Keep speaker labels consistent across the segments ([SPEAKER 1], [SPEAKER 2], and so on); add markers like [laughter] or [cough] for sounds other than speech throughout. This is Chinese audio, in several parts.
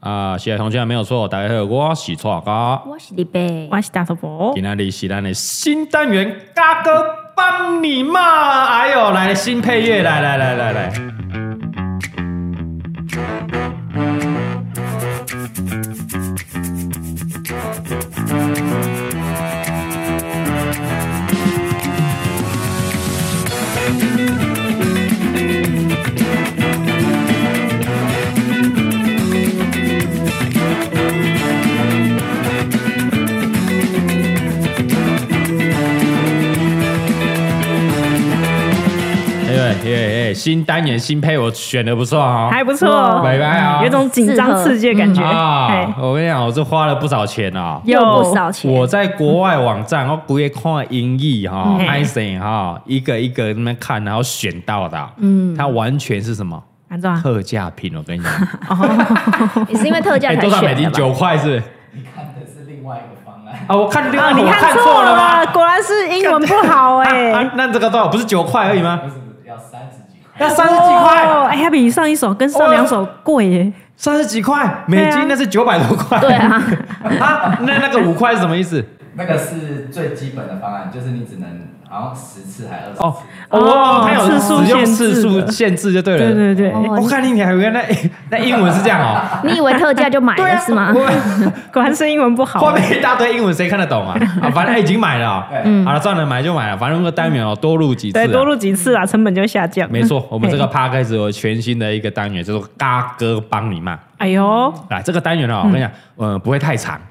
[SPEAKER 1] 啊，是的，同学没有错，大家好，我是蔡哥，
[SPEAKER 2] 我是李贝，
[SPEAKER 3] 我是大头佛
[SPEAKER 1] 今。天日是咱的新单元“嘎哥帮你骂”，哎呦，来新配乐，来来来来来，哎呦哎呦哎，新单元新配我选的不错哦，
[SPEAKER 3] 还不错，
[SPEAKER 1] 拜拜啊，
[SPEAKER 3] 有一种紧张刺激的感觉。
[SPEAKER 1] 啊
[SPEAKER 3] 哎，
[SPEAKER 1] 我跟你讲，我这花了不少钱啊。
[SPEAKER 3] 有
[SPEAKER 2] 又不少钱，
[SPEAKER 1] 我在国外网站，我故意看英译哈、
[SPEAKER 3] 嗯
[SPEAKER 1] i s o n 哈，一个一个那边看，然后选到的，嗯，它完全是什么
[SPEAKER 3] 安装啊，
[SPEAKER 1] 特价品，我跟你讲，
[SPEAKER 2] [laughs] 你是因为特价
[SPEAKER 1] 哎，
[SPEAKER 2] 才
[SPEAKER 1] 多少美
[SPEAKER 2] 选
[SPEAKER 1] 金？
[SPEAKER 2] 的吧？
[SPEAKER 1] 九块是不是啊，我看另外
[SPEAKER 3] 啊
[SPEAKER 1] 一
[SPEAKER 3] 你
[SPEAKER 1] 个方案啊，我看
[SPEAKER 3] 看
[SPEAKER 1] 错
[SPEAKER 3] 错
[SPEAKER 1] 了吗？
[SPEAKER 3] 果然是英文不好哎。
[SPEAKER 1] 啊，那这个多少？不是九块而已吗？要三十几
[SPEAKER 3] 哦
[SPEAKER 1] 块，
[SPEAKER 3] 哎，它比上一首跟上两首贵耶。
[SPEAKER 1] 三十几块美
[SPEAKER 3] 对啊
[SPEAKER 1] 金，那是九百多块。
[SPEAKER 2] 对啊，
[SPEAKER 1] [laughs]
[SPEAKER 3] [laughs]
[SPEAKER 1] 啊，那那个五块是什么意思？
[SPEAKER 4] 那个是最基本的方案，就是你只能好像十次还二十次。
[SPEAKER 1] 哦，
[SPEAKER 3] 哦
[SPEAKER 1] 哦，它有
[SPEAKER 3] 次数
[SPEAKER 1] 使用
[SPEAKER 3] 限制
[SPEAKER 1] 次数
[SPEAKER 3] 的
[SPEAKER 1] 限制就对了。哎
[SPEAKER 3] 对对对，
[SPEAKER 2] 哦
[SPEAKER 1] 我看你还原来那英文是这样哦，啊
[SPEAKER 2] 你以为特价就买
[SPEAKER 3] 啊
[SPEAKER 2] 了是吗？
[SPEAKER 1] 我
[SPEAKER 3] 果然是英文不好
[SPEAKER 1] 后。面一大堆英文谁看得懂啊？啊，反正已经买了哦，
[SPEAKER 4] 对
[SPEAKER 1] 好了，算了，买就买了，反正这个单元哦，多录几次啊
[SPEAKER 3] 嗯对，，多录几次啊，成本就下降。
[SPEAKER 1] [laughs] 没错，我们这个 p a d c a s 有全新的一个单元，叫做“嘎哥帮你骂
[SPEAKER 3] 哎呦，”。
[SPEAKER 1] 来，这个单元呢，我跟你讲，呃，不会太长，嗯哦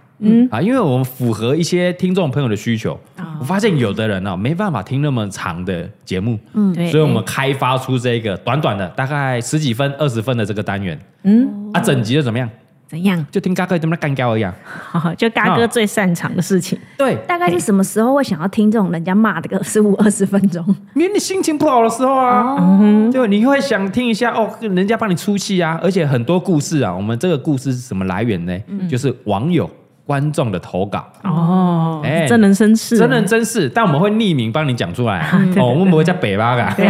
[SPEAKER 1] 啊，因为我们符合一些听众朋友的需求。我发现有的人呢没办法听那么长的节目，嗯，
[SPEAKER 3] 对
[SPEAKER 1] 所以我们开发出这个短短的，大概十几分、二十分的这个单元，嗯啊，整集就怎么样？
[SPEAKER 3] 怎样？
[SPEAKER 1] 就听嘎哥他们干掉一啊样。
[SPEAKER 3] 就嘎哥最擅长的事情。
[SPEAKER 1] 对，
[SPEAKER 2] 大概是什么时候会想要听这种人家骂的个十五二十分钟？
[SPEAKER 1] 因为你心情不好的时候啊，
[SPEAKER 3] 嗯
[SPEAKER 1] 对，你会想听一下哦，人家帮你出气啊，而且很多故事啊，我们这个故事是什么来源呢？
[SPEAKER 3] 嗯
[SPEAKER 1] 就是网友。观众的投稿，
[SPEAKER 3] 哦
[SPEAKER 1] 哎
[SPEAKER 3] 真人真事啊，
[SPEAKER 1] 真人真事，但我们会匿名帮你讲出来啊
[SPEAKER 3] [laughs] 对对
[SPEAKER 1] 哦，我们不会叫北巴嘎， [laughs]
[SPEAKER 2] 对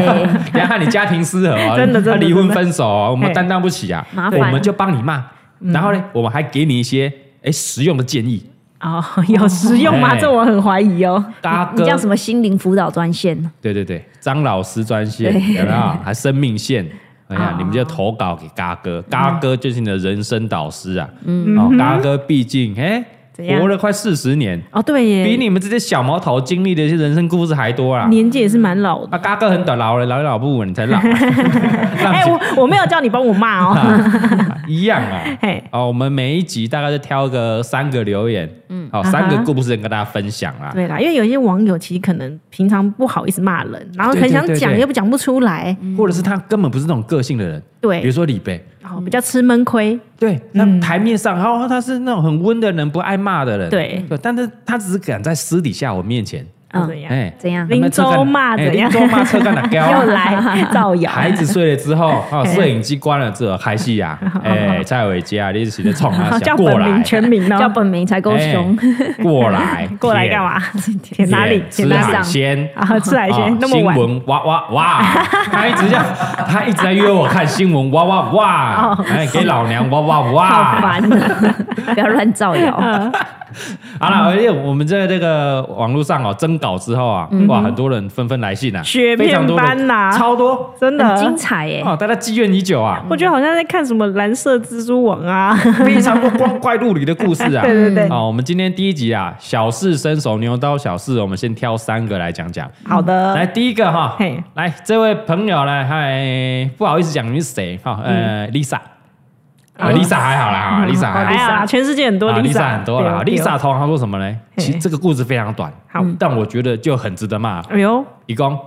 [SPEAKER 1] 等一下你家庭失和哦，
[SPEAKER 3] [laughs] 真的真的
[SPEAKER 1] 他离婚
[SPEAKER 3] 真的
[SPEAKER 1] 分手哦，我们
[SPEAKER 3] 嘿嗯
[SPEAKER 1] 担当不起啊，
[SPEAKER 2] 麻烦
[SPEAKER 1] 我们就帮你骂，然后呢，我们还给你一些哎实用的建议，
[SPEAKER 3] 哦，有实用吗？
[SPEAKER 1] 哎
[SPEAKER 3] 这我很怀疑哦。
[SPEAKER 1] 大哥
[SPEAKER 2] 你叫什么心灵辅导专线？
[SPEAKER 1] 对对对，张老师专线
[SPEAKER 2] 对
[SPEAKER 1] 有没
[SPEAKER 3] [laughs]
[SPEAKER 1] 有？还生命线。哎呀
[SPEAKER 3] 哦，
[SPEAKER 1] 你们就投稿给嘎
[SPEAKER 3] 啊
[SPEAKER 1] 哥，嘎哥就是你的人生导师啊。哦，嘎哥毕竟哎
[SPEAKER 3] 嗯怎样
[SPEAKER 1] 活了快四十年，
[SPEAKER 3] 哦，对耶，
[SPEAKER 1] 比你们这些小毛头经历的一些人生故事还多啦。
[SPEAKER 3] 年纪也是蛮老的。
[SPEAKER 1] 啊，嘎哥很短，老了老也老不稳，你才老，啊
[SPEAKER 3] [laughs] 哎，我我没有叫你帮我
[SPEAKER 1] [laughs]
[SPEAKER 3] 骂哦。
[SPEAKER 1] 一样啊。
[SPEAKER 3] [laughs] 嘿，
[SPEAKER 1] 哦，我们每一集大概就挑个三个留言，嗯，好，三个
[SPEAKER 3] 啊哈
[SPEAKER 1] 故事跟大家分享啊啦。
[SPEAKER 3] [laughs] 对啦，因为有一些网友其实可能平常不好意思骂人，然后很想
[SPEAKER 1] 对对对
[SPEAKER 3] 讲
[SPEAKER 1] 对
[SPEAKER 3] 又不讲不出来，
[SPEAKER 1] 或者是他根本不是那种个性的人，比如
[SPEAKER 3] 嗯对，
[SPEAKER 1] 说嗯李贝，
[SPEAKER 3] 哦，比较吃闷亏，
[SPEAKER 1] 对，那
[SPEAKER 3] 嗯
[SPEAKER 1] 台面上，然后他是那种很温的人，不爱骂的人，
[SPEAKER 3] 对
[SPEAKER 1] 但是他只是敢在私底下我面前，
[SPEAKER 3] 嗯，
[SPEAKER 2] 嗯
[SPEAKER 3] 怎样？
[SPEAKER 1] 哎，
[SPEAKER 2] 怎样？
[SPEAKER 3] 林州骂
[SPEAKER 1] 哎
[SPEAKER 3] 怎样
[SPEAKER 1] 林州骂车干的高
[SPEAKER 3] [laughs] [laughs] 又
[SPEAKER 1] 啊。
[SPEAKER 3] 来造谣，
[SPEAKER 2] [laughs]
[SPEAKER 1] 孩子睡了之
[SPEAKER 3] [laughs]
[SPEAKER 1] 后，哦，
[SPEAKER 3] 哎
[SPEAKER 1] 摄影机关了之后，开戏
[SPEAKER 3] [laughs]
[SPEAKER 1] 啊，哎，蔡伟佳，你是在冲啊，
[SPEAKER 3] 叫
[SPEAKER 1] 想过
[SPEAKER 3] 本
[SPEAKER 1] 来
[SPEAKER 3] 名，全
[SPEAKER 1] [laughs]
[SPEAKER 3] 名呢？，
[SPEAKER 2] 叫本名才够凶，
[SPEAKER 1] 哎，过来
[SPEAKER 3] [laughs] 过来干嘛？
[SPEAKER 1] 哎
[SPEAKER 3] 舔哪里？
[SPEAKER 1] 吃
[SPEAKER 3] 舔哪里
[SPEAKER 1] 海鲜。
[SPEAKER 3] 啊？ [laughs] 吃海
[SPEAKER 1] 啊
[SPEAKER 3] 鲜那么晚
[SPEAKER 1] 新闻哇哇
[SPEAKER 3] [laughs]
[SPEAKER 1] 哇！他一直这样，他一直在约我看新闻哇哇
[SPEAKER 3] [laughs]
[SPEAKER 1] 哇！
[SPEAKER 3] 哦
[SPEAKER 1] 哎，给老娘哇哇哇！
[SPEAKER 2] [laughs] 好烦啊！
[SPEAKER 1] 哎
[SPEAKER 2] [laughs] 不要乱造谣。
[SPEAKER 1] 好
[SPEAKER 3] 嗯
[SPEAKER 1] 了，而且我们在这个网络上哦征稿之后啊，哇，很多人纷纷来信啊，
[SPEAKER 3] 嗯雪
[SPEAKER 1] 非常
[SPEAKER 3] 片
[SPEAKER 1] 多的
[SPEAKER 3] 般呐哎
[SPEAKER 1] 超多
[SPEAKER 3] [laughs] 真
[SPEAKER 2] 很精
[SPEAKER 3] 的。
[SPEAKER 2] 彩耶！
[SPEAKER 1] 哦，大家积怨已久
[SPEAKER 3] [laughs]
[SPEAKER 1] 啊，
[SPEAKER 3] 我觉得好像在看什么蓝色蜘蛛网啊， [laughs]
[SPEAKER 1] 非常多光怪陆离的故事啊。
[SPEAKER 3] 对对对，
[SPEAKER 1] 哦，我们今天第一集啊，小事伸手牛刀小事，我们先挑三个来讲讲。
[SPEAKER 3] 好的
[SPEAKER 1] 来，，第一个哈
[SPEAKER 3] 嗯嘿，
[SPEAKER 1] 来这位朋友呢，嗨，不好意思讲你是谁哈，
[SPEAKER 3] 嗯
[SPEAKER 1] 呃，Lisa，啊
[SPEAKER 3] 哦
[SPEAKER 1] ，Lisa 还好啦
[SPEAKER 3] [laughs]
[SPEAKER 1] 哈，Lisa 还好
[SPEAKER 3] 哎。呀，全世界很多
[SPEAKER 1] 啊
[SPEAKER 3] Lisa，
[SPEAKER 1] ，Lisa 很多啦。
[SPEAKER 3] 对对
[SPEAKER 1] Lisa 同行说什么呢？
[SPEAKER 3] 嘿
[SPEAKER 1] 其实这个故事非常短，
[SPEAKER 3] 好
[SPEAKER 1] 但我觉得就很值得骂。
[SPEAKER 3] 哎呦，
[SPEAKER 1] 一共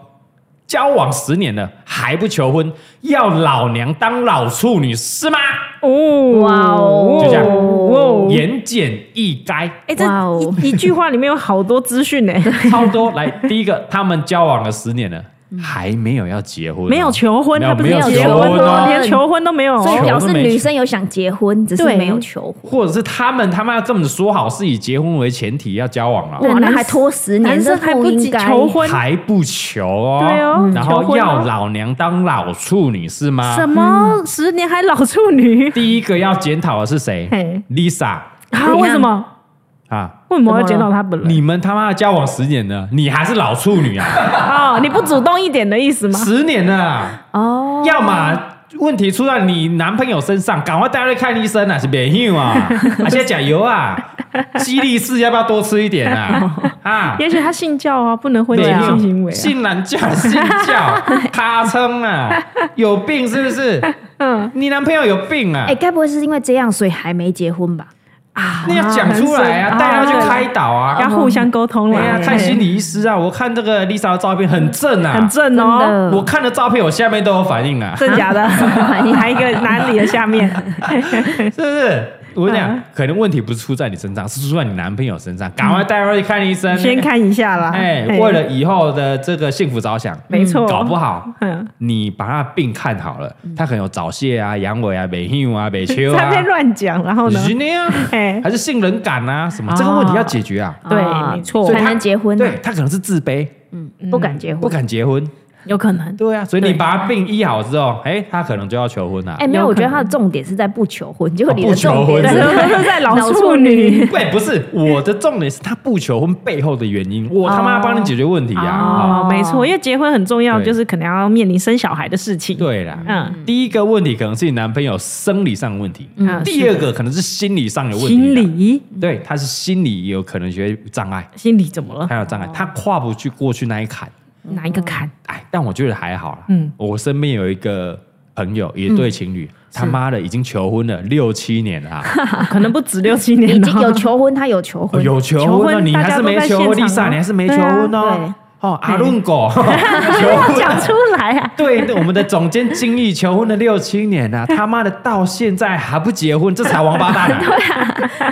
[SPEAKER 1] 交往十年了还不求婚，要老娘当老处女是吗？
[SPEAKER 3] 哦，
[SPEAKER 2] 哇哦
[SPEAKER 1] 就这样
[SPEAKER 3] 哦
[SPEAKER 1] 言简意赅，
[SPEAKER 3] 哎，这
[SPEAKER 2] 哇哦
[SPEAKER 3] 一一句话里面有好多资讯呢，
[SPEAKER 1] 超多。来，第一个，他们交往了十年了，还没有要结婚哦，
[SPEAKER 3] 嗯没有求婚，
[SPEAKER 1] 没有
[SPEAKER 3] 他不是
[SPEAKER 1] 没有
[SPEAKER 3] 结
[SPEAKER 2] 求婚
[SPEAKER 3] 哦，
[SPEAKER 2] 哦
[SPEAKER 3] 连求婚都没有哦。
[SPEAKER 2] 所以
[SPEAKER 1] 求
[SPEAKER 2] 表
[SPEAKER 1] 都
[SPEAKER 2] 示
[SPEAKER 1] 没
[SPEAKER 2] 女
[SPEAKER 1] 求
[SPEAKER 2] 生有想结婚，只是
[SPEAKER 3] 对
[SPEAKER 2] 没有求婚。
[SPEAKER 1] 或者是他们他妈根本说好是以结婚为前提要交往了，
[SPEAKER 2] 对，
[SPEAKER 3] 哇
[SPEAKER 2] 那
[SPEAKER 3] 男
[SPEAKER 2] 还拖十年，
[SPEAKER 3] 男生
[SPEAKER 2] 这
[SPEAKER 3] 还
[SPEAKER 2] 不
[SPEAKER 3] 不
[SPEAKER 2] 应
[SPEAKER 3] 及
[SPEAKER 2] 该。
[SPEAKER 3] 求婚，
[SPEAKER 1] 还不求哦，
[SPEAKER 3] 对哦
[SPEAKER 1] 然
[SPEAKER 3] 求
[SPEAKER 1] 后
[SPEAKER 3] 婚哦
[SPEAKER 1] 要老娘当老处女是吗？
[SPEAKER 3] 什么十年还老处女？
[SPEAKER 1] 第一个要检讨的是谁
[SPEAKER 3] 嘿
[SPEAKER 1] ？Lisa
[SPEAKER 3] 啊？为什么？
[SPEAKER 1] 啊，
[SPEAKER 3] 为什么要检讨他本人？
[SPEAKER 1] 你们他妈的交往十年了，你还是老处女
[SPEAKER 3] [laughs]
[SPEAKER 1] 啊？
[SPEAKER 3] 哦，你不主动一点的意思吗？
[SPEAKER 1] 十年了啊，
[SPEAKER 2] 哦，
[SPEAKER 1] 要么问题出在你男朋友身上，赶快带他去看医生啊，是 [laughs] 别用啊，而且加油
[SPEAKER 3] [laughs]
[SPEAKER 1] 啊，激励士要不要多吃一点啊？啊，
[SPEAKER 3] 也许他信教啊，不能婚
[SPEAKER 1] 对
[SPEAKER 3] 前
[SPEAKER 1] 啊
[SPEAKER 3] 性行为啊。
[SPEAKER 1] 信男教信
[SPEAKER 3] [laughs]
[SPEAKER 1] 教，他称啊，有病是不是？嗯，你男朋友有病啊
[SPEAKER 2] 哎，？该不会是因为这样，所以还没结婚吧？
[SPEAKER 3] 啊
[SPEAKER 1] 你要讲出来啊，
[SPEAKER 3] 很
[SPEAKER 1] 带他
[SPEAKER 3] 深
[SPEAKER 1] 去
[SPEAKER 3] 啊
[SPEAKER 1] 开导啊，
[SPEAKER 3] 要互相沟通啦。
[SPEAKER 1] 哎呀，看心理医师啊！我看这个 Lisa 的照片很正啊，
[SPEAKER 3] 很。正
[SPEAKER 2] 真
[SPEAKER 3] 哦，
[SPEAKER 2] 的
[SPEAKER 1] 我看的照片，我下面都有反应啊，
[SPEAKER 3] 真假 [laughs] 的？
[SPEAKER 2] 反应
[SPEAKER 3] 还一个男里的下面，
[SPEAKER 1] 是不是？我跟你讲
[SPEAKER 3] 嗯，
[SPEAKER 1] 可能问题不是出在你身上，是出在你男朋友身上。赶快带他去看医生，
[SPEAKER 3] 先。看一下啦。
[SPEAKER 1] 哎，为了以后的这个幸福着想，
[SPEAKER 3] 没错
[SPEAKER 1] 搞不好
[SPEAKER 3] 嗯
[SPEAKER 1] 你把他病看好了，他可能有早泄啊、阳痿啊、北HIV 啊、北丘
[SPEAKER 3] [laughs] 在那
[SPEAKER 1] 啊
[SPEAKER 3] 边、乱讲，然后呢？
[SPEAKER 1] 是那样，
[SPEAKER 3] 哎，
[SPEAKER 1] 还是性冷感啊什么，
[SPEAKER 3] 哦
[SPEAKER 1] 这个问题要解决啊。
[SPEAKER 3] 对
[SPEAKER 2] 啊
[SPEAKER 3] 没错
[SPEAKER 1] 所以
[SPEAKER 2] 才
[SPEAKER 1] 他
[SPEAKER 2] 能结
[SPEAKER 3] 哦
[SPEAKER 2] 婚。啊
[SPEAKER 1] 对，他可能是自卑，
[SPEAKER 2] 嗯，不敢结
[SPEAKER 1] 不
[SPEAKER 2] 婚。
[SPEAKER 1] 敢结婚。
[SPEAKER 3] 有可能。
[SPEAKER 1] 对啊，所以你
[SPEAKER 3] 对
[SPEAKER 1] 把他病医好之后，哎，他可能就要求婚啊了。
[SPEAKER 2] 哎，没有，
[SPEAKER 3] 有
[SPEAKER 2] 我
[SPEAKER 3] 可
[SPEAKER 2] 觉
[SPEAKER 3] 能
[SPEAKER 2] 得他的重点是在不求婚，结果
[SPEAKER 1] 哦
[SPEAKER 2] 你
[SPEAKER 1] 不
[SPEAKER 2] 的
[SPEAKER 1] 求
[SPEAKER 2] 重
[SPEAKER 1] 婚
[SPEAKER 2] 点
[SPEAKER 3] 对，
[SPEAKER 2] 是
[SPEAKER 1] [laughs]
[SPEAKER 3] 都 [laughs] 是在老
[SPEAKER 2] 老
[SPEAKER 3] 处
[SPEAKER 2] 处
[SPEAKER 3] 女
[SPEAKER 2] 女。
[SPEAKER 1] 对，不是我的重点是他不求婚背后的原因，我他妈
[SPEAKER 2] 哦
[SPEAKER 1] 帮你解决问题啊！
[SPEAKER 2] 哦
[SPEAKER 1] 哦
[SPEAKER 3] 哦，没错，因为结婚很重要，
[SPEAKER 1] 对
[SPEAKER 3] 就是可能要面临生小孩的事情。，
[SPEAKER 1] 对啦，
[SPEAKER 3] 嗯
[SPEAKER 1] 第一个问题可能是你男朋友生理上的问题，
[SPEAKER 3] 嗯
[SPEAKER 1] 第二个可能是心理上有问题。啊
[SPEAKER 3] 心，理
[SPEAKER 1] 对，他是心理有可能学障碍，
[SPEAKER 3] 心理怎么
[SPEAKER 1] [laughs]
[SPEAKER 3] 了？
[SPEAKER 1] 他有障碍，他跨不去过去那一坎。
[SPEAKER 3] 哪一个坎？
[SPEAKER 1] 哎，但我觉得还好啦。
[SPEAKER 3] 嗯
[SPEAKER 1] 我身边有一个朋友，一对情侣，他妈的已经求婚了六七年了
[SPEAKER 3] [laughs]
[SPEAKER 1] 啊，
[SPEAKER 3] 可能不止六七年了，
[SPEAKER 2] 已经有求婚，他有求婚，
[SPEAKER 1] 哦有求
[SPEAKER 3] 求
[SPEAKER 1] 婚了，啊
[SPEAKER 3] 婚
[SPEAKER 1] 你还是没求婚
[SPEAKER 3] 大家都在现场
[SPEAKER 1] ，Lisa，
[SPEAKER 3] 啊
[SPEAKER 1] 你还是没求婚
[SPEAKER 2] 对
[SPEAKER 1] 哦
[SPEAKER 2] 啊。
[SPEAKER 1] 哦，阿伦
[SPEAKER 3] [laughs]
[SPEAKER 1] 狗求婚
[SPEAKER 3] 讲出来
[SPEAKER 2] [laughs]
[SPEAKER 3] 啊。
[SPEAKER 1] 对，我们的总监金毅求婚了六七年呐、他妈的到现在还不结婚，这才王八蛋、啊！
[SPEAKER 3] [laughs]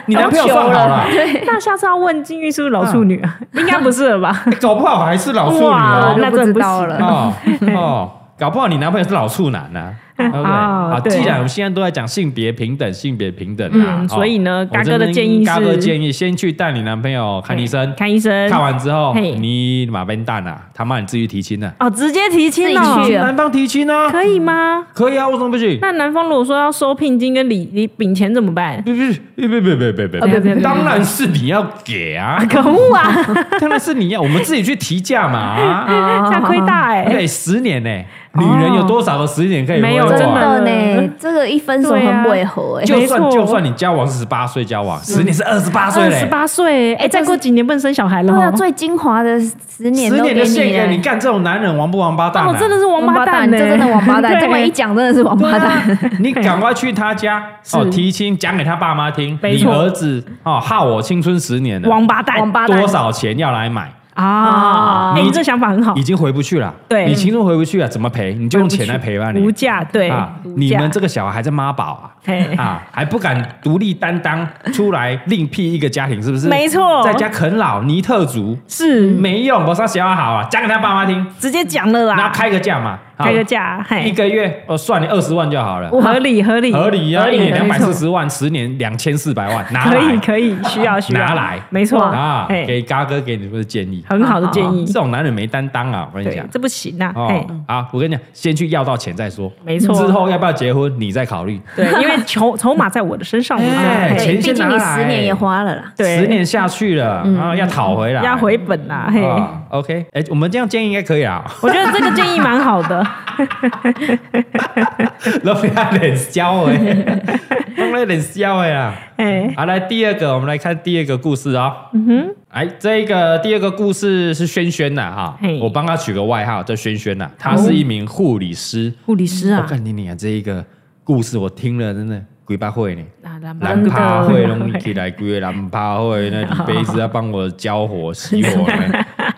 [SPEAKER 1] 你男朋友算好了，哎
[SPEAKER 2] [laughs]
[SPEAKER 3] 那下次要问金玉是不是老处女啊？
[SPEAKER 2] 哦
[SPEAKER 3] 应该不是了吧？
[SPEAKER 1] 欸搞不好还 [laughs] 是老处女哦
[SPEAKER 3] 哇
[SPEAKER 2] 啊我。就
[SPEAKER 3] 那
[SPEAKER 2] 不
[SPEAKER 3] 真
[SPEAKER 2] 知
[SPEAKER 3] 不
[SPEAKER 2] 道
[SPEAKER 3] 行
[SPEAKER 2] 了。
[SPEAKER 1] 哦哦，搞不好你男朋友是老处男
[SPEAKER 3] [laughs]
[SPEAKER 1] 呢、对不对？
[SPEAKER 3] 哦
[SPEAKER 1] 好，
[SPEAKER 3] 对
[SPEAKER 1] 既然我们现在都在讲性别平等，性别平等啊，
[SPEAKER 3] 嗯
[SPEAKER 1] 哦
[SPEAKER 3] 所以呢
[SPEAKER 1] 我
[SPEAKER 3] 嘎哥的
[SPEAKER 1] 真
[SPEAKER 3] 建议是
[SPEAKER 1] 嘎哥建议先去带你男朋友看医生，
[SPEAKER 3] 看医生。
[SPEAKER 1] 看完之后
[SPEAKER 3] 嘿
[SPEAKER 1] 你马边蛋啊，他妈你自己提亲呢、
[SPEAKER 3] 哦，直接提亲
[SPEAKER 2] 自己去
[SPEAKER 3] 哦，
[SPEAKER 2] 啊
[SPEAKER 1] 男方提亲呢、
[SPEAKER 3] 可以吗？
[SPEAKER 1] 可以啊，为什么不行？
[SPEAKER 3] 那男方如果说要收聘金跟礼礼饼钱怎么办？
[SPEAKER 1] 不是，不不不不不
[SPEAKER 3] 啊不不
[SPEAKER 1] 不，
[SPEAKER 3] 不
[SPEAKER 1] 当然是你要给啊，
[SPEAKER 3] 可
[SPEAKER 2] [laughs]
[SPEAKER 3] 恶啊，
[SPEAKER 1] 当然是你要，我们自己去提价嘛。啊，
[SPEAKER 2] 哦
[SPEAKER 3] 这样亏大哎！
[SPEAKER 1] 对，十年呢、女人有多少个十年可以
[SPEAKER 3] 没有
[SPEAKER 1] 挥
[SPEAKER 2] 真
[SPEAKER 1] 霍啊
[SPEAKER 2] 的
[SPEAKER 3] 真
[SPEAKER 2] 呢，这个一分手
[SPEAKER 3] 对啊
[SPEAKER 2] 很违和哎。
[SPEAKER 1] 就
[SPEAKER 3] 没
[SPEAKER 1] 算
[SPEAKER 3] 错
[SPEAKER 1] 就算你交往是十八岁交往，十年是二十八岁
[SPEAKER 3] 二十
[SPEAKER 1] 嘞，
[SPEAKER 3] 八岁，哎，
[SPEAKER 2] 哎
[SPEAKER 3] 再过几年不能生小孩了
[SPEAKER 2] 对啊，
[SPEAKER 3] 哦。
[SPEAKER 2] 最精华的十年
[SPEAKER 1] 十
[SPEAKER 2] 都给
[SPEAKER 1] 年的献
[SPEAKER 2] 你
[SPEAKER 1] 给你，
[SPEAKER 2] 了，
[SPEAKER 1] 干这种男人王不王八蛋、啊？
[SPEAKER 3] 哦，真的是王八蛋
[SPEAKER 2] 这
[SPEAKER 3] 呢，
[SPEAKER 2] 真的王八蛋，
[SPEAKER 3] [laughs] 对啊
[SPEAKER 2] 这么一讲真的是王八蛋。
[SPEAKER 1] 你赶快去他家哦，
[SPEAKER 3] 是
[SPEAKER 1] 提亲讲给他爸妈听，
[SPEAKER 3] 没
[SPEAKER 1] 你
[SPEAKER 3] 错
[SPEAKER 1] 儿子哦耗我青春十年了，
[SPEAKER 3] 王八蛋，
[SPEAKER 2] 王八蛋
[SPEAKER 1] 多少钱要来买？
[SPEAKER 3] 啊！哎，
[SPEAKER 1] 你
[SPEAKER 3] 你这想法很好
[SPEAKER 1] 已，经回不去了，
[SPEAKER 3] 对
[SPEAKER 1] 你青春回不去了，怎么赔？你就用钱来陪伴你
[SPEAKER 3] 无。价，对
[SPEAKER 1] 啊，，
[SPEAKER 3] 无
[SPEAKER 1] 你
[SPEAKER 3] 价
[SPEAKER 1] 们这个小孩还在妈宝啊，
[SPEAKER 3] 嘿 [laughs]
[SPEAKER 1] 啊，还不敢独立担当，出来另辟一个家庭，是不是？
[SPEAKER 3] 没错嗯
[SPEAKER 1] 在家啃老，尼特族
[SPEAKER 3] 是
[SPEAKER 1] 没用，我说小孩好啊，讲给他爸妈
[SPEAKER 3] [laughs]
[SPEAKER 1] 听，
[SPEAKER 3] 直接讲了
[SPEAKER 1] 然后
[SPEAKER 3] 啦，
[SPEAKER 1] 开个价嘛，啊
[SPEAKER 3] 开个价，哎嘿
[SPEAKER 1] 一，个月，哦，算你二十万就好了，
[SPEAKER 3] 合理合理
[SPEAKER 1] 合理呀，
[SPEAKER 3] 合
[SPEAKER 1] 一
[SPEAKER 3] 理
[SPEAKER 1] 年两百
[SPEAKER 3] 没错
[SPEAKER 1] 四十万，十年两千四百万，拿
[SPEAKER 3] [laughs] 可以
[SPEAKER 1] 来啊
[SPEAKER 3] 可以，需要需要
[SPEAKER 1] 拿来
[SPEAKER 3] 没错
[SPEAKER 1] 啊，
[SPEAKER 3] 嘿
[SPEAKER 1] 给嘎哥给你们的建议，哦
[SPEAKER 3] 很好的建议
[SPEAKER 1] 这，种男人没担当啊，我跟你
[SPEAKER 3] 对
[SPEAKER 1] 讲，。
[SPEAKER 3] 这不行啊，嘿
[SPEAKER 1] 哦，好，我跟你讲，先去要到钱再说，
[SPEAKER 3] 没错
[SPEAKER 1] 之后要不要结婚，你再考虑。 [laughs]
[SPEAKER 3] 对，因为筹筹码在我的身上嘛，
[SPEAKER 1] 哎
[SPEAKER 3] 嘿
[SPEAKER 1] 钱
[SPEAKER 2] 对，
[SPEAKER 1] 先
[SPEAKER 2] 毕竟你
[SPEAKER 1] 拿来
[SPEAKER 2] 十年也花了啦。
[SPEAKER 3] 对，嗯
[SPEAKER 1] 十年下去了，然后要讨回来，
[SPEAKER 3] 要回本啦，嘿，
[SPEAKER 1] 啊。OK，哎，我们这样建议应该可以啊。 [laughs]
[SPEAKER 3] 我觉得这个建议蛮好的，
[SPEAKER 1] 都不要脸笑
[SPEAKER 3] [laughs]
[SPEAKER 1] 哎，都不要脸笑哎啊！
[SPEAKER 3] 哎，
[SPEAKER 1] 好，来第二个，我们来看第二个故事哦。嗯哼，哎，这个第二个故事是轩轩呐哈
[SPEAKER 3] 嘿，哦
[SPEAKER 1] 我帮他取个外号叫轩轩呐，他是一名护理师。
[SPEAKER 3] 护理师
[SPEAKER 1] 我看你你啊，这一个故事我听了真的鬼八会呢。
[SPEAKER 3] 啊，蓝
[SPEAKER 1] 蓝趴
[SPEAKER 3] 趴 [laughs]
[SPEAKER 1] 会弄起来，规个蓝趴会，那李杯子要帮我浇火、熄火，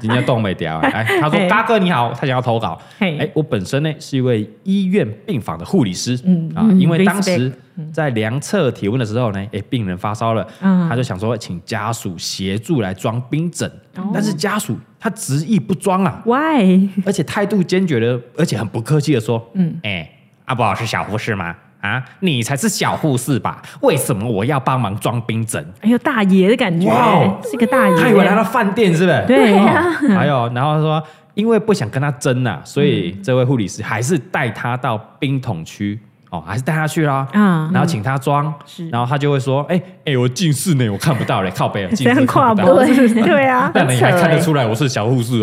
[SPEAKER 1] 人家动没掉啊。哎，他说
[SPEAKER 3] 嘿
[SPEAKER 1] 嘎哥你好，他想要投稿。
[SPEAKER 3] 嘿
[SPEAKER 1] 哎，我本身呢是一位医院病房的护理师，啊，
[SPEAKER 3] 嗯
[SPEAKER 1] 因为
[SPEAKER 3] respect
[SPEAKER 1] 当时在量测体温的时候呢，哎，病人发烧了，
[SPEAKER 3] 嗯
[SPEAKER 1] 他就想说哎请家属协助来装冰枕，
[SPEAKER 3] 哦
[SPEAKER 1] 但是家属他执意不装啊，
[SPEAKER 3] ，Why？
[SPEAKER 1] [laughs] 而且态度坚决的，而且很不客气的说，嗯，哎、阿宝是小护士吗？啊，你才是小护士吧？为什么我要帮忙装冰枕？
[SPEAKER 3] 哎呦，大爷的感觉
[SPEAKER 1] 哇哦，
[SPEAKER 3] 是个大爷。
[SPEAKER 1] 他以为来
[SPEAKER 3] [laughs]
[SPEAKER 1] 到饭店是不是？
[SPEAKER 3] 对
[SPEAKER 1] 哦还有，然后说，因为不想跟他争呐、所以
[SPEAKER 3] 嗯
[SPEAKER 1] 这位护理师还是带他到冰桶区。哦，还是带他去啦，
[SPEAKER 3] 嗯
[SPEAKER 1] 然后请他装，
[SPEAKER 3] 是
[SPEAKER 1] 然后他就会说，哎、哎、我近视呢，我看不到嘞，靠背啊，
[SPEAKER 3] 这
[SPEAKER 1] 近视
[SPEAKER 3] 样
[SPEAKER 1] 看
[SPEAKER 3] 跨
[SPEAKER 1] 不到。
[SPEAKER 3] 博，对啊，
[SPEAKER 1] 那你还
[SPEAKER 2] 很扯
[SPEAKER 1] 看得
[SPEAKER 2] 欸
[SPEAKER 1] 出来我是小护
[SPEAKER 3] [laughs]
[SPEAKER 1] 士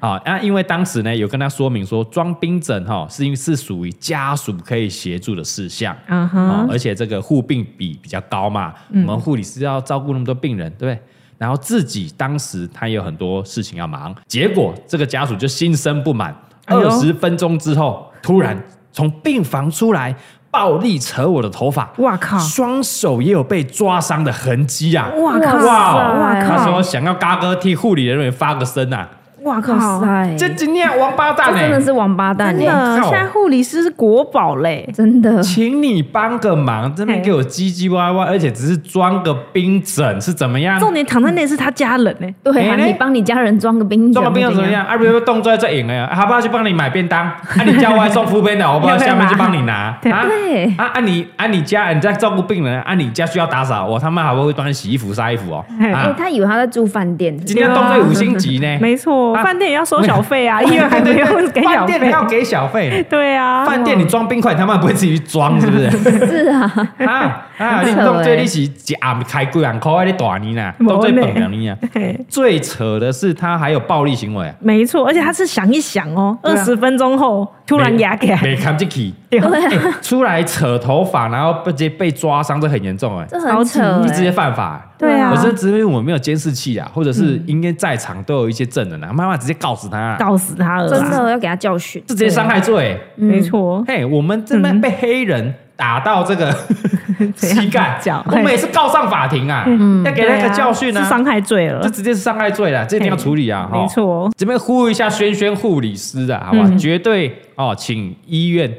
[SPEAKER 1] 哦？啊，那因为当时呢有跟他说明说，装冰枕哈、是因为是属于家属可以协助的事项。
[SPEAKER 3] 嗯
[SPEAKER 1] 啊、
[SPEAKER 3] 哼，嗯
[SPEAKER 1] 而且这个护病比比较高嘛，我们护理师要照顾那么多病人，对不对？然后自己当时他也有很多事情要忙，结果这个家属就心生不满，
[SPEAKER 3] 哎呦
[SPEAKER 1] 二十分钟之后，突然从病房出来，暴力扯我的头发，
[SPEAKER 3] 哇靠，
[SPEAKER 1] 双手也有被抓伤的痕迹啊！
[SPEAKER 3] 哇靠，
[SPEAKER 1] 哇
[SPEAKER 3] 哇
[SPEAKER 1] 他
[SPEAKER 3] 靠，
[SPEAKER 1] 说想要嘎哥替护理人员发个声啊，
[SPEAKER 3] 哇
[SPEAKER 2] 哇
[SPEAKER 3] 靠，
[SPEAKER 2] 塞，
[SPEAKER 1] 这
[SPEAKER 2] 这
[SPEAKER 1] 今天王八蛋欸
[SPEAKER 2] 真
[SPEAKER 1] 呢、
[SPEAKER 2] 的是王八蛋
[SPEAKER 3] 真
[SPEAKER 2] 耶，
[SPEAKER 3] 的，
[SPEAKER 1] 靠
[SPEAKER 3] 现在护理师是国宝嘞，
[SPEAKER 2] 真的
[SPEAKER 1] 请你帮个忙，这边给我唧唧歪歪，而且只是装个冰枕是怎么样？
[SPEAKER 3] 重点躺在那是他家人呢，
[SPEAKER 2] 对啊，
[SPEAKER 1] 哎
[SPEAKER 2] 你帮你家人装个冰
[SPEAKER 1] 装
[SPEAKER 2] 枕
[SPEAKER 1] 个冰
[SPEAKER 2] 会
[SPEAKER 1] 枕怎么？样？啊，比如说动作在这赢了呀，还不要去帮你买便当？啊，你叫外送副
[SPEAKER 3] [laughs]
[SPEAKER 1] 便当，我不要下面去帮你拿啊？
[SPEAKER 3] 对
[SPEAKER 2] 对
[SPEAKER 1] 啊啊你啊你家你在照顾病人，啊你家需要打扫，我他妈还会帮你洗衣服、晒衣服哦
[SPEAKER 3] 嘿
[SPEAKER 2] 哎，
[SPEAKER 1] 啊！
[SPEAKER 2] 他以为他在住饭店，
[SPEAKER 1] 今天动作五星级呢，
[SPEAKER 3] [laughs]
[SPEAKER 1] 哎
[SPEAKER 3] 没错，
[SPEAKER 1] 啊
[SPEAKER 3] 饭店也要收小费啊，医院还不用给小
[SPEAKER 1] 饭店
[SPEAKER 3] 费，
[SPEAKER 1] 要给小费，
[SPEAKER 3] 对啊，
[SPEAKER 1] 饭店你装冰块，你他妈不会自己去
[SPEAKER 3] [laughs]
[SPEAKER 1] 装是不是？
[SPEAKER 2] 是
[SPEAKER 1] [laughs]
[SPEAKER 2] 啊，
[SPEAKER 1] 啊啊！
[SPEAKER 2] 很
[SPEAKER 1] 你
[SPEAKER 2] 扯
[SPEAKER 1] 当做
[SPEAKER 2] 欸
[SPEAKER 1] 你是一暗开几万块的大年啦，
[SPEAKER 3] 没
[SPEAKER 1] 当做
[SPEAKER 3] 呢
[SPEAKER 1] 本人呢。
[SPEAKER 3] 嘿
[SPEAKER 1] 最扯的是他还有暴力行为啊，
[SPEAKER 3] 没错，而且他是想一想哦，
[SPEAKER 1] 对
[SPEAKER 3] 二
[SPEAKER 1] 啊
[SPEAKER 3] 十分钟后突然压起来，
[SPEAKER 1] 没看进去，
[SPEAKER 3] 对啊
[SPEAKER 1] [laughs] 欸出来扯头发，然后被直接被抓伤，这很严重哎，
[SPEAKER 2] 这很扯欸，
[SPEAKER 1] 你直接犯法。
[SPEAKER 3] 对啊嗯
[SPEAKER 1] 我真的只是因为我没有监视器啊，或者是应该在场都有一些证人啊，妈妈直接告死他啊，
[SPEAKER 3] 告啊死他了啦，
[SPEAKER 2] 哎真的要给他教训，
[SPEAKER 1] 这直接伤害罪欸。
[SPEAKER 2] 嗯
[SPEAKER 3] 没错，
[SPEAKER 1] 嘿，我们这边被黑人打到这个
[SPEAKER 3] 嗯 [laughs] 怎样
[SPEAKER 1] 膝盖
[SPEAKER 3] 脚，
[SPEAKER 1] 我们也是告上法庭啊，要给他一
[SPEAKER 3] 对
[SPEAKER 1] 个
[SPEAKER 3] 啊
[SPEAKER 1] 教训
[SPEAKER 3] 是
[SPEAKER 1] 啊，
[SPEAKER 3] 伤害罪了
[SPEAKER 1] 这，直接是伤害罪了，这一定要处理啊，
[SPEAKER 3] 没
[SPEAKER 1] 齁
[SPEAKER 3] 错，嗯
[SPEAKER 1] 这边呼吁一下轩轩护理师啊，好吧，绝对哦，请医院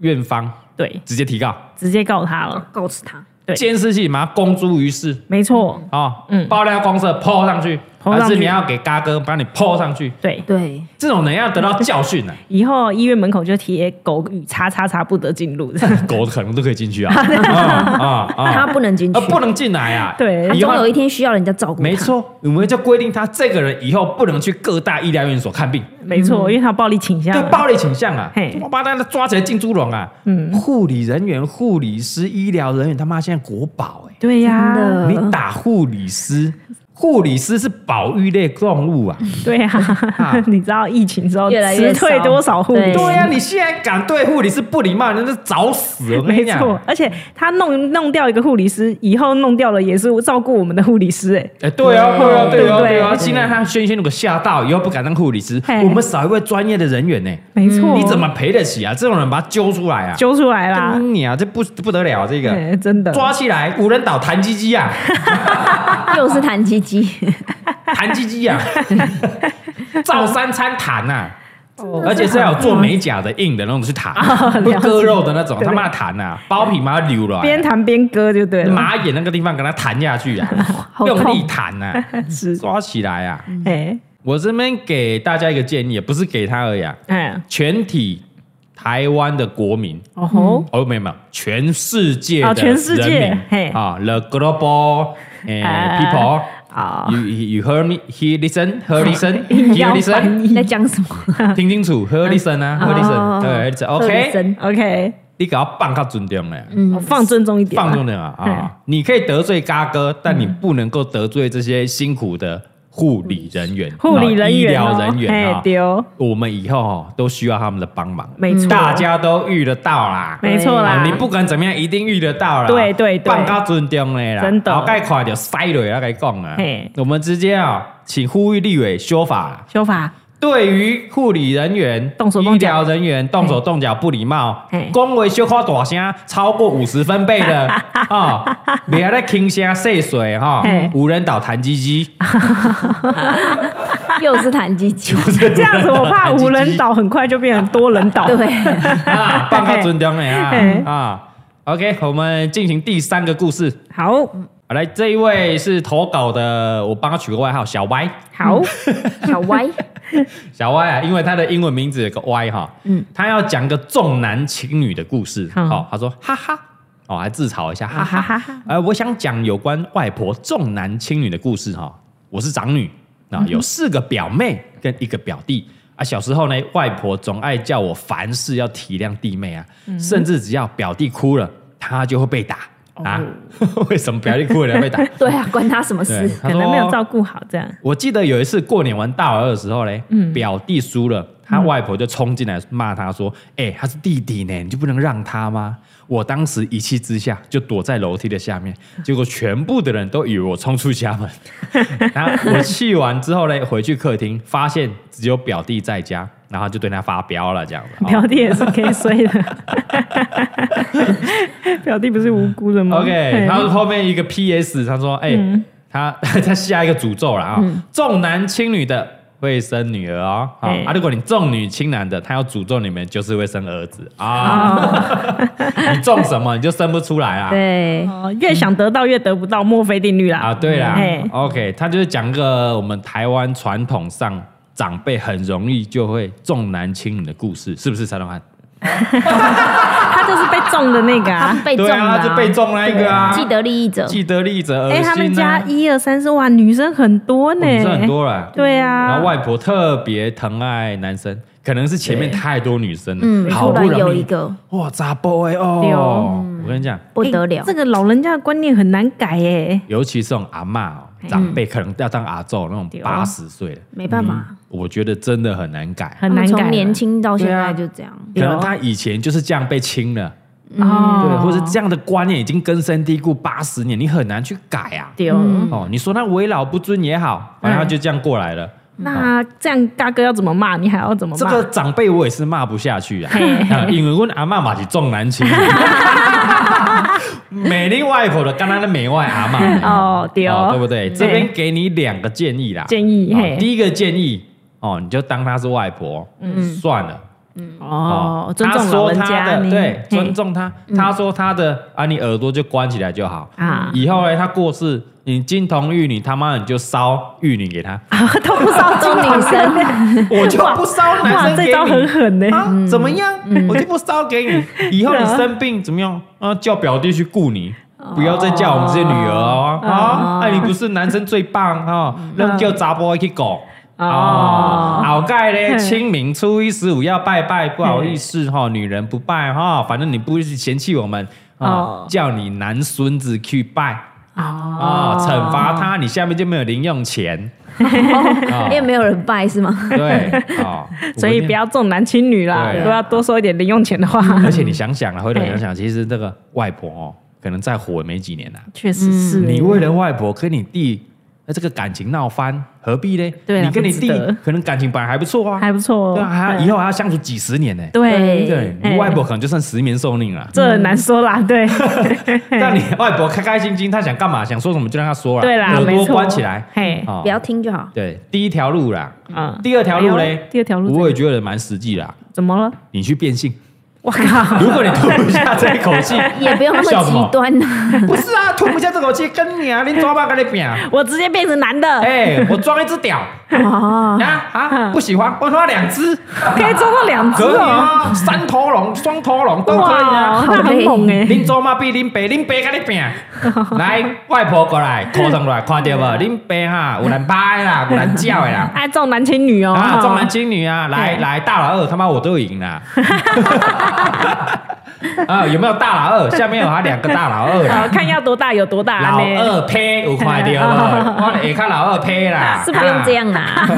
[SPEAKER 1] 院方
[SPEAKER 3] 对，
[SPEAKER 1] 直接提告，
[SPEAKER 3] 直接告他了，
[SPEAKER 2] 告诉他，
[SPEAKER 3] 对
[SPEAKER 1] 监视器把它公诸于世
[SPEAKER 3] 没错，
[SPEAKER 1] 啊，
[SPEAKER 3] 嗯
[SPEAKER 1] 爆料公社泼上去，
[SPEAKER 3] 泼上
[SPEAKER 1] 还
[SPEAKER 3] 去
[SPEAKER 1] 是你要给嘎哥帮你泼上去，
[SPEAKER 3] 对，
[SPEAKER 2] 对，
[SPEAKER 1] 这种人要得到教训
[SPEAKER 3] [laughs]
[SPEAKER 1] 啊，
[SPEAKER 3] 以后医院门口就贴“狗与叉叉叉不得进
[SPEAKER 2] [laughs]
[SPEAKER 3] 入”，
[SPEAKER 1] 狗可能都可以进去
[SPEAKER 3] [laughs]
[SPEAKER 1] 啊，啊啊
[SPEAKER 2] 他
[SPEAKER 1] 啊，
[SPEAKER 2] 不能进去
[SPEAKER 1] 呃，不能进来啊，
[SPEAKER 3] 对
[SPEAKER 2] 他
[SPEAKER 1] 以
[SPEAKER 2] 总
[SPEAKER 1] 后
[SPEAKER 2] 有一天需要人家照顾他，
[SPEAKER 1] 没错，我们就规定他这个人以后不能去各大医疗院所看病。
[SPEAKER 3] 没错，
[SPEAKER 2] 嗯
[SPEAKER 3] 因为他有暴力倾向
[SPEAKER 1] 对
[SPEAKER 3] 啊，
[SPEAKER 1] 暴力倾向啊
[SPEAKER 3] 嘿！嗯
[SPEAKER 1] 王八蛋，他抓起来进猪笼啊！护理人员、护理师、医疗人员，他妈现在国宝哎、
[SPEAKER 3] 对呀，
[SPEAKER 2] 真的
[SPEAKER 1] 你打护理师，护理师是保育类动物啊！
[SPEAKER 3] 对
[SPEAKER 2] [laughs]
[SPEAKER 3] 呀、你知道疫情之后
[SPEAKER 2] 啊越来越
[SPEAKER 3] 辞退
[SPEAKER 2] 少
[SPEAKER 3] 多少护
[SPEAKER 2] 对
[SPEAKER 3] 理？
[SPEAKER 1] 对呀、啊你现在敢对护理师不礼貌，人家找死！我跟
[SPEAKER 3] 没
[SPEAKER 1] 你讲
[SPEAKER 3] 错，，而且他弄弄掉一个护理师，以后弄掉了也是照顾我们的护理师、哎，
[SPEAKER 1] 哎，对啊，对啊，对
[SPEAKER 3] 对
[SPEAKER 1] 啊，
[SPEAKER 3] 不对嗯
[SPEAKER 1] 对啊！现在他轩轩如果吓到，以后不敢当护理师，
[SPEAKER 3] 嘿
[SPEAKER 1] 我们少一位专业的人员呢、欸
[SPEAKER 3] 没
[SPEAKER 2] 嗯
[SPEAKER 3] 错，
[SPEAKER 1] 你怎么赔得起啊？这种人把他揪出来啊！
[SPEAKER 3] 揪出来啦？
[SPEAKER 1] 你啊，这不不得了啊，这个
[SPEAKER 3] 哎，真的，
[SPEAKER 1] 抓起来无人岛弹鸡鸡啊！
[SPEAKER 2] 又是弹
[SPEAKER 1] [laughs]
[SPEAKER 2] 鸡鸡，
[SPEAKER 1] 弹鸡鸡啊，照三餐弹呐、
[SPEAKER 3] 哦
[SPEAKER 1] 而且是要有做美甲的硬的那种去弹，不割肉的那种，他妈的弹呐，包皮嘛溜了，
[SPEAKER 3] 嗯边弹边割就对了，
[SPEAKER 1] 马眼那个地方给它弹下去啊，
[SPEAKER 2] 好
[SPEAKER 1] 用力
[SPEAKER 2] 痛，
[SPEAKER 1] 弹呐，
[SPEAKER 3] 是，
[SPEAKER 1] 抓起来啊！
[SPEAKER 3] 哎
[SPEAKER 1] 我这边给大家一个建议，也不是给他而已啊，
[SPEAKER 3] 哎，
[SPEAKER 1] 全体台湾的国民。
[SPEAKER 3] 哦吼，
[SPEAKER 1] 哦，没有没有，全世界的
[SPEAKER 3] 哦全世界
[SPEAKER 1] 人民
[SPEAKER 3] 嘿
[SPEAKER 1] 啊，the global 诶
[SPEAKER 3] 啊
[SPEAKER 1] people，
[SPEAKER 3] 啊、
[SPEAKER 1] You you hear me? He listen,
[SPEAKER 3] [laughs]
[SPEAKER 1] her listen, he
[SPEAKER 2] [laughs]
[SPEAKER 3] 要
[SPEAKER 1] listen， [laughs]
[SPEAKER 3] 翻译啊嗯哦
[SPEAKER 2] 在讲什么？
[SPEAKER 1] 听清楚，her listen 啊，her listen，对，listen，OK，
[SPEAKER 2] 生
[SPEAKER 3] o k
[SPEAKER 1] 你给他放较尊重嘞，
[SPEAKER 3] 放尊重一点，
[SPEAKER 1] 放，重点
[SPEAKER 3] [laughs]
[SPEAKER 1] 啊啊！你可以得罪嘎哥，但你不能够得罪这些辛苦的护理人员、
[SPEAKER 3] 护理人
[SPEAKER 1] 医
[SPEAKER 3] 员、哦，
[SPEAKER 1] 疗人员
[SPEAKER 3] 哎、
[SPEAKER 1] 啊，
[SPEAKER 3] 丢，
[SPEAKER 1] 我们以后哦都需要他们的帮忙，
[SPEAKER 3] 没错，
[SPEAKER 1] 大家都遇得到啦。
[SPEAKER 3] 没错
[SPEAKER 1] 啊
[SPEAKER 3] 啦，
[SPEAKER 1] 你不管怎么样，一定遇得到啦。
[SPEAKER 3] 对对对
[SPEAKER 1] 放较尊重的啦，
[SPEAKER 3] 真的
[SPEAKER 1] 好盖垮就塞落来该讲啊
[SPEAKER 3] 嘿。
[SPEAKER 1] 我们直接啊，请呼吁立委修法啦。[laughs]
[SPEAKER 3] 修法，
[SPEAKER 1] 对于护理人员、
[SPEAKER 3] 动手
[SPEAKER 1] 医
[SPEAKER 3] 动脚
[SPEAKER 1] 疗人员动手动脚不礼貌
[SPEAKER 3] 嘿，
[SPEAKER 1] 恭维小夸大声超过五十分贝
[SPEAKER 3] [laughs]
[SPEAKER 1] 的啊，别在轻声细水哈
[SPEAKER 3] 嘿， [laughs]
[SPEAKER 1] 无人岛弹鸡鸡，
[SPEAKER 2] 又是弹
[SPEAKER 1] [laughs]
[SPEAKER 2] 基金，
[SPEAKER 3] 这样子我怕无人岛很快就变成多人岛。
[SPEAKER 2] 对，
[SPEAKER 1] 啊，棒到尊重的
[SPEAKER 3] 嘿
[SPEAKER 1] 啊啊！OK，我们进行第三个故事。
[SPEAKER 3] 好
[SPEAKER 1] 好，来这一位是投稿的，我帮他取个外号小歪。
[SPEAKER 3] 好，
[SPEAKER 1] 嗯
[SPEAKER 2] 小歪，
[SPEAKER 1] [laughs] 小歪啊，因为他的英文名字有个歪哈，嗯，他要讲个重男轻女的故事。
[SPEAKER 3] 嗯
[SPEAKER 1] 好，他说哈哈，哦，还自嘲一下，哈
[SPEAKER 3] 哈
[SPEAKER 1] 哈。
[SPEAKER 3] 啊哈哈，
[SPEAKER 1] 呃，我想讲有关外婆重男轻女的故事哈、我是长女
[SPEAKER 3] 嗯
[SPEAKER 1] 啊，有四个表妹跟一个表弟啊。小时候呢，外婆总爱叫我凡事要体谅弟妹啊，
[SPEAKER 3] 嗯
[SPEAKER 1] 甚至只要表弟哭了，她就会被打啊。
[SPEAKER 3] 哦
[SPEAKER 1] [laughs] 为什么表弟哭了要被打？
[SPEAKER 2] 对啊，关他什么
[SPEAKER 1] 对
[SPEAKER 2] 事？，
[SPEAKER 1] 她
[SPEAKER 3] 可能没有
[SPEAKER 1] 说
[SPEAKER 3] 照顾好这样。
[SPEAKER 1] 我记得有一次过年玩大老二的时候嘞，表弟输了，他外婆就冲进来骂他说：“哎、他是弟弟呢，你就不能让他吗？”我当时一气之下就躲在楼梯的下面，结果全部的人都以为我冲出家门。然后我气完之后嘞，回去客厅发现只有表弟在家，然后就对他发飙了，这样子。
[SPEAKER 3] 表弟也是可以
[SPEAKER 1] [laughs]
[SPEAKER 3] 睡的，表弟不是无辜的吗
[SPEAKER 1] OK，
[SPEAKER 3] 嗯嘿嗯
[SPEAKER 1] 他后面一个 PS，他说：“哎、他 [laughs] 他下一个诅咒了啊、重男轻女的会生女儿哦，啊、
[SPEAKER 3] 嗯
[SPEAKER 1] 啊，如果你重女轻男的，他要诅咒你们就是会生儿子啊、
[SPEAKER 3] 哦
[SPEAKER 1] [laughs] 你重什么你就生不出来啊。”
[SPEAKER 2] 对，
[SPEAKER 3] 哦，越想得到越得不到，墨菲定律啦。
[SPEAKER 1] 啊，对啦
[SPEAKER 3] 嘿
[SPEAKER 1] ，OK，他就是讲个我们台湾传统上长辈很容易就会重男轻女的故事，是不是？蔡东汉？
[SPEAKER 3] 他就是被中的那个
[SPEAKER 2] 他
[SPEAKER 3] 啊。
[SPEAKER 2] 被中
[SPEAKER 1] 对
[SPEAKER 2] 了
[SPEAKER 1] 啊，
[SPEAKER 2] 啊，
[SPEAKER 1] 就被中那一个啊，
[SPEAKER 2] 既得利益者，
[SPEAKER 1] 既得利益者，恶
[SPEAKER 3] 哎、
[SPEAKER 1] 心啊，
[SPEAKER 3] 他们家一二三四哇，女生很多呢、
[SPEAKER 1] 哦女生很多啦，
[SPEAKER 3] 对啊，
[SPEAKER 1] 然后外婆特别疼爱男生，可能是前面太多女生了，
[SPEAKER 2] 嗯，
[SPEAKER 1] 好
[SPEAKER 2] 突
[SPEAKER 1] 不容
[SPEAKER 2] 然有一
[SPEAKER 1] 易
[SPEAKER 2] 个
[SPEAKER 1] 哇，咋 boy
[SPEAKER 3] 对
[SPEAKER 1] 哦
[SPEAKER 3] 哦？
[SPEAKER 1] 我跟你讲，
[SPEAKER 2] 不得了
[SPEAKER 3] 欸，这个老人家的观念很难改哎、
[SPEAKER 1] 尤其是这种阿嬷哦长辈，可能要当阿昼那种
[SPEAKER 3] 对哦
[SPEAKER 1] 八十岁了，嗯
[SPEAKER 2] 没办法，
[SPEAKER 1] 我觉得真的很难改。
[SPEAKER 3] 很难
[SPEAKER 2] 他们
[SPEAKER 3] 改啊。
[SPEAKER 2] 从年轻到现
[SPEAKER 1] 对啊
[SPEAKER 2] 在就这样，
[SPEAKER 1] 可
[SPEAKER 3] 对哦
[SPEAKER 1] 能他以前就是这样被亲了，
[SPEAKER 3] 哦，
[SPEAKER 1] 对，或是这样的观念已经根深蒂固八十年，你很难去改啊。
[SPEAKER 3] 丢、
[SPEAKER 2] 嗯
[SPEAKER 1] 哦，你说他为老不尊也好，反正他就这样过来了。
[SPEAKER 3] 那这样大哥要怎么骂你，还要怎么
[SPEAKER 1] 嗯这
[SPEAKER 3] 骂？
[SPEAKER 1] 个长辈我也是骂不下去啊
[SPEAKER 3] 嘿，
[SPEAKER 1] 啊因为我阿嬷嘛是重男轻女，
[SPEAKER 3] [laughs]
[SPEAKER 1] 美丽外婆的，刚刚的美外阿嬷，
[SPEAKER 3] 哦，丢、
[SPEAKER 1] 哦对不对？这边给你两个建议啦，
[SPEAKER 3] 建议
[SPEAKER 1] 哦
[SPEAKER 3] 嘿
[SPEAKER 1] 第一个建议哦，你就当她是外婆，嗯，算了。
[SPEAKER 3] 哦，尊
[SPEAKER 1] 她
[SPEAKER 3] 重老
[SPEAKER 1] 说
[SPEAKER 3] 人
[SPEAKER 1] 她
[SPEAKER 3] 家
[SPEAKER 1] 的
[SPEAKER 3] 呢，
[SPEAKER 1] 对，
[SPEAKER 3] 嘿嗯
[SPEAKER 1] 尊重她。她说她的啊，你耳朵就关起来就好
[SPEAKER 3] 啊
[SPEAKER 1] 以后呢，她过世，你金童玉女，他妈你就烧玉女给她，
[SPEAKER 3] 都不
[SPEAKER 1] 啊
[SPEAKER 3] 烧
[SPEAKER 2] 都女生，
[SPEAKER 1] 我就不烧男
[SPEAKER 3] 哇，
[SPEAKER 1] 生给你。
[SPEAKER 3] 这招很狠呢、
[SPEAKER 1] 啊，怎么样？我就不烧给你。以后你生病怎么样？啊，叫表弟去雇你，不要再叫我们这些女儿哦。啊，哎，你不是男生最棒啊，那叫杂波去搞。哦，
[SPEAKER 3] 哦
[SPEAKER 1] 好盖嘞！清明、初一、十五要拜拜，不好意思哈，女人不拜哈，反正你不是嫌弃我们啊
[SPEAKER 3] 哦，
[SPEAKER 1] 叫你男孙子去拜啊，惩罚他，你下面就没有零用钱。哦
[SPEAKER 2] [laughs] 因为没有人拜是吗？
[SPEAKER 1] 对啊，
[SPEAKER 3] 所以不要重男轻女啦，
[SPEAKER 1] 对啊
[SPEAKER 3] 都要多收一点零用钱的话，
[SPEAKER 1] 而且你想想啊，回头
[SPEAKER 3] 嘿
[SPEAKER 1] 想想，其实这个外婆哦，可能再活也没几年了、啊
[SPEAKER 3] 确实是欸、
[SPEAKER 1] 你为了外婆跟你弟那这个感情闹翻，何必呢？
[SPEAKER 3] 对啊
[SPEAKER 1] 你跟你弟
[SPEAKER 3] 不值得
[SPEAKER 1] 可能感情本来还不错啊，
[SPEAKER 3] 还不错哦，
[SPEAKER 1] 对啊，还要以后还要相处几十年呢、
[SPEAKER 3] 对
[SPEAKER 2] 对
[SPEAKER 1] 对，你
[SPEAKER 3] 哎
[SPEAKER 1] 外婆可能就剩十年寿命了。
[SPEAKER 3] 这很难说啦，对，
[SPEAKER 1] 但你外婆开开心心，她想干嘛，想说什么就让她说了，
[SPEAKER 3] [laughs] 对啦，
[SPEAKER 1] 耳
[SPEAKER 3] 没
[SPEAKER 1] 朵
[SPEAKER 3] 错，
[SPEAKER 1] 关起来。
[SPEAKER 3] 嘿，
[SPEAKER 1] 哦
[SPEAKER 2] 不要听就好，
[SPEAKER 1] 对，第一条路啦，
[SPEAKER 3] 嗯，
[SPEAKER 1] 第二条路
[SPEAKER 3] 哎呦
[SPEAKER 1] 嘞，
[SPEAKER 3] 第二条路
[SPEAKER 1] 我也觉得蛮实际啦。
[SPEAKER 3] 怎么了？
[SPEAKER 1] 你去变性，
[SPEAKER 3] 我靠，
[SPEAKER 1] 如果你吞不下这一口气，
[SPEAKER 2] 也不用那
[SPEAKER 1] [laughs] 笑
[SPEAKER 2] 么
[SPEAKER 1] 什么
[SPEAKER 2] 极端呐。
[SPEAKER 1] [laughs] 不是啊，吞不下这口气，跟你啊，你抓吧，跟你拼。
[SPEAKER 3] 我直接变成男
[SPEAKER 1] [laughs]
[SPEAKER 3] 的，
[SPEAKER 1] 哎、我装一只屌
[SPEAKER 2] 哦，
[SPEAKER 1] 啊啊！不喜欢，我装两只，
[SPEAKER 3] 可以装到两只
[SPEAKER 1] 可以
[SPEAKER 3] 哦，
[SPEAKER 1] 啊，三头龙、双头龙都可以啊。
[SPEAKER 3] 那很猛哎，
[SPEAKER 1] 恁祖妈比恁爸，恁爸跟你
[SPEAKER 2] [laughs]
[SPEAKER 1] 拼。来，外婆过来，口上来，看到无？恁爸哈有人拍的啦，有人叫的
[SPEAKER 2] [laughs]
[SPEAKER 1] 啦。
[SPEAKER 3] 哎，重男轻女哦，
[SPEAKER 1] 啊，重男
[SPEAKER 3] 轻，
[SPEAKER 1] 轻女啊，来
[SPEAKER 3] 对
[SPEAKER 1] 来，大老二他妈我都赢啦！ [laughs] 啊，有没有大老二？下面有还两个大老二
[SPEAKER 2] [laughs]
[SPEAKER 1] 啦
[SPEAKER 3] 好。看要多大有多大
[SPEAKER 1] 老
[SPEAKER 3] 呢，
[SPEAKER 1] 二胚有看到无？
[SPEAKER 2] [laughs]
[SPEAKER 1] 我下看老二胚啦，
[SPEAKER 2] 是不用这样
[SPEAKER 1] [laughs]
[SPEAKER 2] 啦，
[SPEAKER 1] 啊，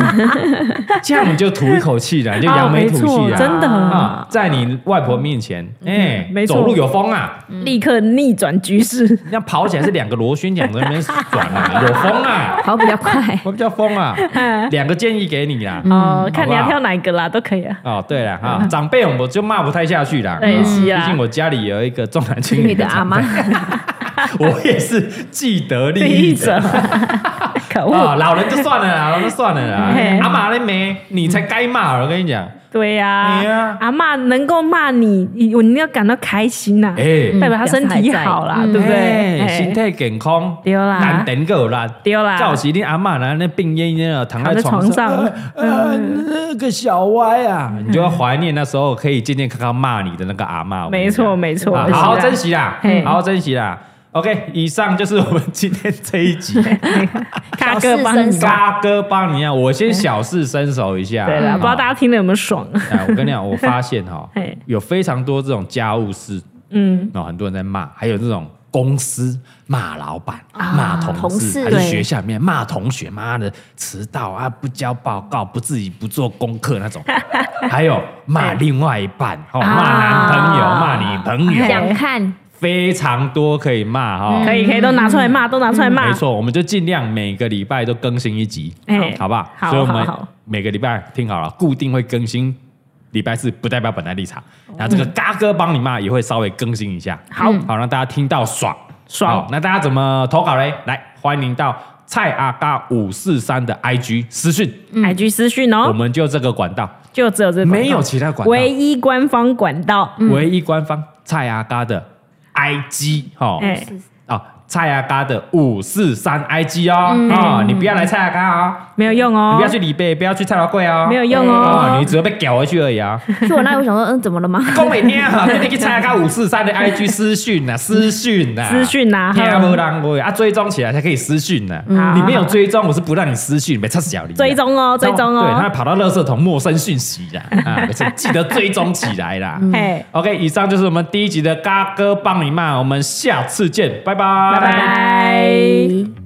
[SPEAKER 1] 这样你就吐一口气
[SPEAKER 3] [laughs]
[SPEAKER 1] 了，你就扬
[SPEAKER 3] 哦
[SPEAKER 1] 眉
[SPEAKER 3] 没
[SPEAKER 1] 吐
[SPEAKER 3] 错
[SPEAKER 1] 气，了。
[SPEAKER 3] 真的，嗯
[SPEAKER 1] 啊，在你外婆面前，哎、
[SPEAKER 3] 没错
[SPEAKER 1] 走路有风啊，
[SPEAKER 3] 立刻逆转局势，
[SPEAKER 1] 那跑起来是两个螺旋桨在那边转
[SPEAKER 3] [laughs]
[SPEAKER 1] 啊，有风啊，
[SPEAKER 2] 跑比较快。
[SPEAKER 1] 我比较风啊，
[SPEAKER 3] 嗯
[SPEAKER 1] 两个建议给你啦。
[SPEAKER 3] 哦，看你
[SPEAKER 1] 好不好
[SPEAKER 3] 要挑哪一个啦，都可以啊，
[SPEAKER 1] 哦，对了哈，长辈我就骂不太下去啦，
[SPEAKER 3] 对
[SPEAKER 1] 啊
[SPEAKER 3] 是啊
[SPEAKER 1] 毕竟我家里有一个重男轻
[SPEAKER 2] 你
[SPEAKER 1] 女
[SPEAKER 2] 的阿
[SPEAKER 1] [laughs] 长辈，
[SPEAKER 2] 妈，
[SPEAKER 1] 我也是既得利 [laughs]
[SPEAKER 3] 第
[SPEAKER 1] 益
[SPEAKER 3] 一
[SPEAKER 1] 者
[SPEAKER 3] 者，可恶！
[SPEAKER 1] 啊，老人就算了啦，老人就算了
[SPEAKER 3] 嘿嗯
[SPEAKER 1] 啦。阿妈嘞没，你才该骂！我跟你讲，
[SPEAKER 3] 对呀、
[SPEAKER 1] 哎呀
[SPEAKER 3] 阿妈能够骂你，你你要感到开心呐、
[SPEAKER 1] 哎
[SPEAKER 3] 代表她身体好啦，
[SPEAKER 2] 嗯
[SPEAKER 3] 嗯对不对？
[SPEAKER 1] 哎
[SPEAKER 3] 哎
[SPEAKER 1] 身体健康，
[SPEAKER 3] 对啦
[SPEAKER 1] 难顶够啦，
[SPEAKER 3] 对啦
[SPEAKER 1] 照时你阿妈那那病恹恹的躺在床
[SPEAKER 3] 躺在床上嗯
[SPEAKER 1] 呃，那个小歪啊，你就要怀念那时候可以健健康康骂你的那个阿妈。我跟你
[SPEAKER 3] 没
[SPEAKER 1] 讲
[SPEAKER 3] 错，没错，
[SPEAKER 1] 啊
[SPEAKER 3] 是
[SPEAKER 1] 好
[SPEAKER 3] 啊
[SPEAKER 1] 好珍。惜啦
[SPEAKER 3] 嘿，
[SPEAKER 1] 好好珍惜啦。OK，以上就是我们今天这一
[SPEAKER 3] [laughs]
[SPEAKER 1] 集，
[SPEAKER 3] 大
[SPEAKER 2] 小
[SPEAKER 3] 哥帮你
[SPEAKER 2] 事伸手
[SPEAKER 1] 嘎哥帮你啊，我先小试身手一下。
[SPEAKER 3] 对了，
[SPEAKER 1] 好
[SPEAKER 3] 不知道大家听了有没有爽？啊
[SPEAKER 1] [laughs] 哎，我跟你讲，我发现
[SPEAKER 2] [laughs]
[SPEAKER 1] 哈
[SPEAKER 3] 嘿，
[SPEAKER 1] 有非常多这种家务事，
[SPEAKER 3] 嗯，
[SPEAKER 1] 然后很多人在骂，还有这种公司骂老板、骂同
[SPEAKER 2] 啊同
[SPEAKER 1] 事，
[SPEAKER 2] 事
[SPEAKER 1] 还是
[SPEAKER 2] 对
[SPEAKER 1] 学校里面骂同学，妈的迟到啊，不交报告，不自己不做功课
[SPEAKER 2] [laughs]
[SPEAKER 1] 那种，还有骂另外一半，哦，骂男朋友，
[SPEAKER 2] 啊
[SPEAKER 1] 骂女朋
[SPEAKER 2] [laughs]
[SPEAKER 1] 友，
[SPEAKER 2] 想看
[SPEAKER 1] 非常多可以骂哦哈。
[SPEAKER 2] 嗯
[SPEAKER 3] 可以，可以，都拿出来骂，都拿出来骂。
[SPEAKER 1] 嗯没，错，我们就尽量每个礼拜都更新一集，
[SPEAKER 3] 哎
[SPEAKER 1] 好不好？
[SPEAKER 3] 好
[SPEAKER 1] 所以我们
[SPEAKER 3] 好好
[SPEAKER 1] 每个礼拜听好了，固定会更新。礼拜四不代表本来立场，然后这个嘎哥帮你骂也会稍微更新一下，
[SPEAKER 3] 好
[SPEAKER 1] 好让大家听到爽
[SPEAKER 3] 爽
[SPEAKER 1] 好那大家怎么投稿嘞？来，欢迎到蔡阿嘎五四三的 IG 私讯，
[SPEAKER 3] IG 私讯
[SPEAKER 1] 我
[SPEAKER 3] 哦，
[SPEAKER 1] 们就这个管道，
[SPEAKER 3] 就只有这个管道
[SPEAKER 1] 没有其他管道
[SPEAKER 3] 唯一官方管道。
[SPEAKER 1] 唯一官方蔡阿嘎的 IG 哈，
[SPEAKER 3] 哎，
[SPEAKER 1] 哦，蔡阿嘎的五四三 IG 哦，
[SPEAKER 3] 嗯
[SPEAKER 1] 哦，你不要来蔡阿嘎哦。
[SPEAKER 3] 没有用哦，
[SPEAKER 1] 你不要去李贝，不要去蔡老贵哦，
[SPEAKER 3] 没有用
[SPEAKER 1] 啊，
[SPEAKER 3] 哦
[SPEAKER 1] 你。只会被屌回去而已
[SPEAKER 3] [laughs]
[SPEAKER 1] 啊！
[SPEAKER 2] 去我那里，我想说，嗯，怎么了吗？
[SPEAKER 1] 讲每天啊，你去参加五四三的 IG 私讯呐，私讯呐，
[SPEAKER 3] 私讯呐
[SPEAKER 1] 听
[SPEAKER 3] 哈
[SPEAKER 1] 无人会啊，追踪起来才可以私讯呐。
[SPEAKER 3] 好
[SPEAKER 1] 你没有追踪，我是不让你私讯，没差小你啊。
[SPEAKER 3] 追踪哦，追踪
[SPEAKER 1] 对，他会
[SPEAKER 3] 哦。
[SPEAKER 1] 跑到垃圾桶陌生讯息呀，
[SPEAKER 3] [laughs]
[SPEAKER 1] 啊，没事记得追踪起来啦。
[SPEAKER 3] 嘿，
[SPEAKER 1] OK，以上就是我 [laughs] 们第一集的嘎哥帮你骂，我们下次见，拜
[SPEAKER 3] 拜
[SPEAKER 1] 拜
[SPEAKER 3] 拜。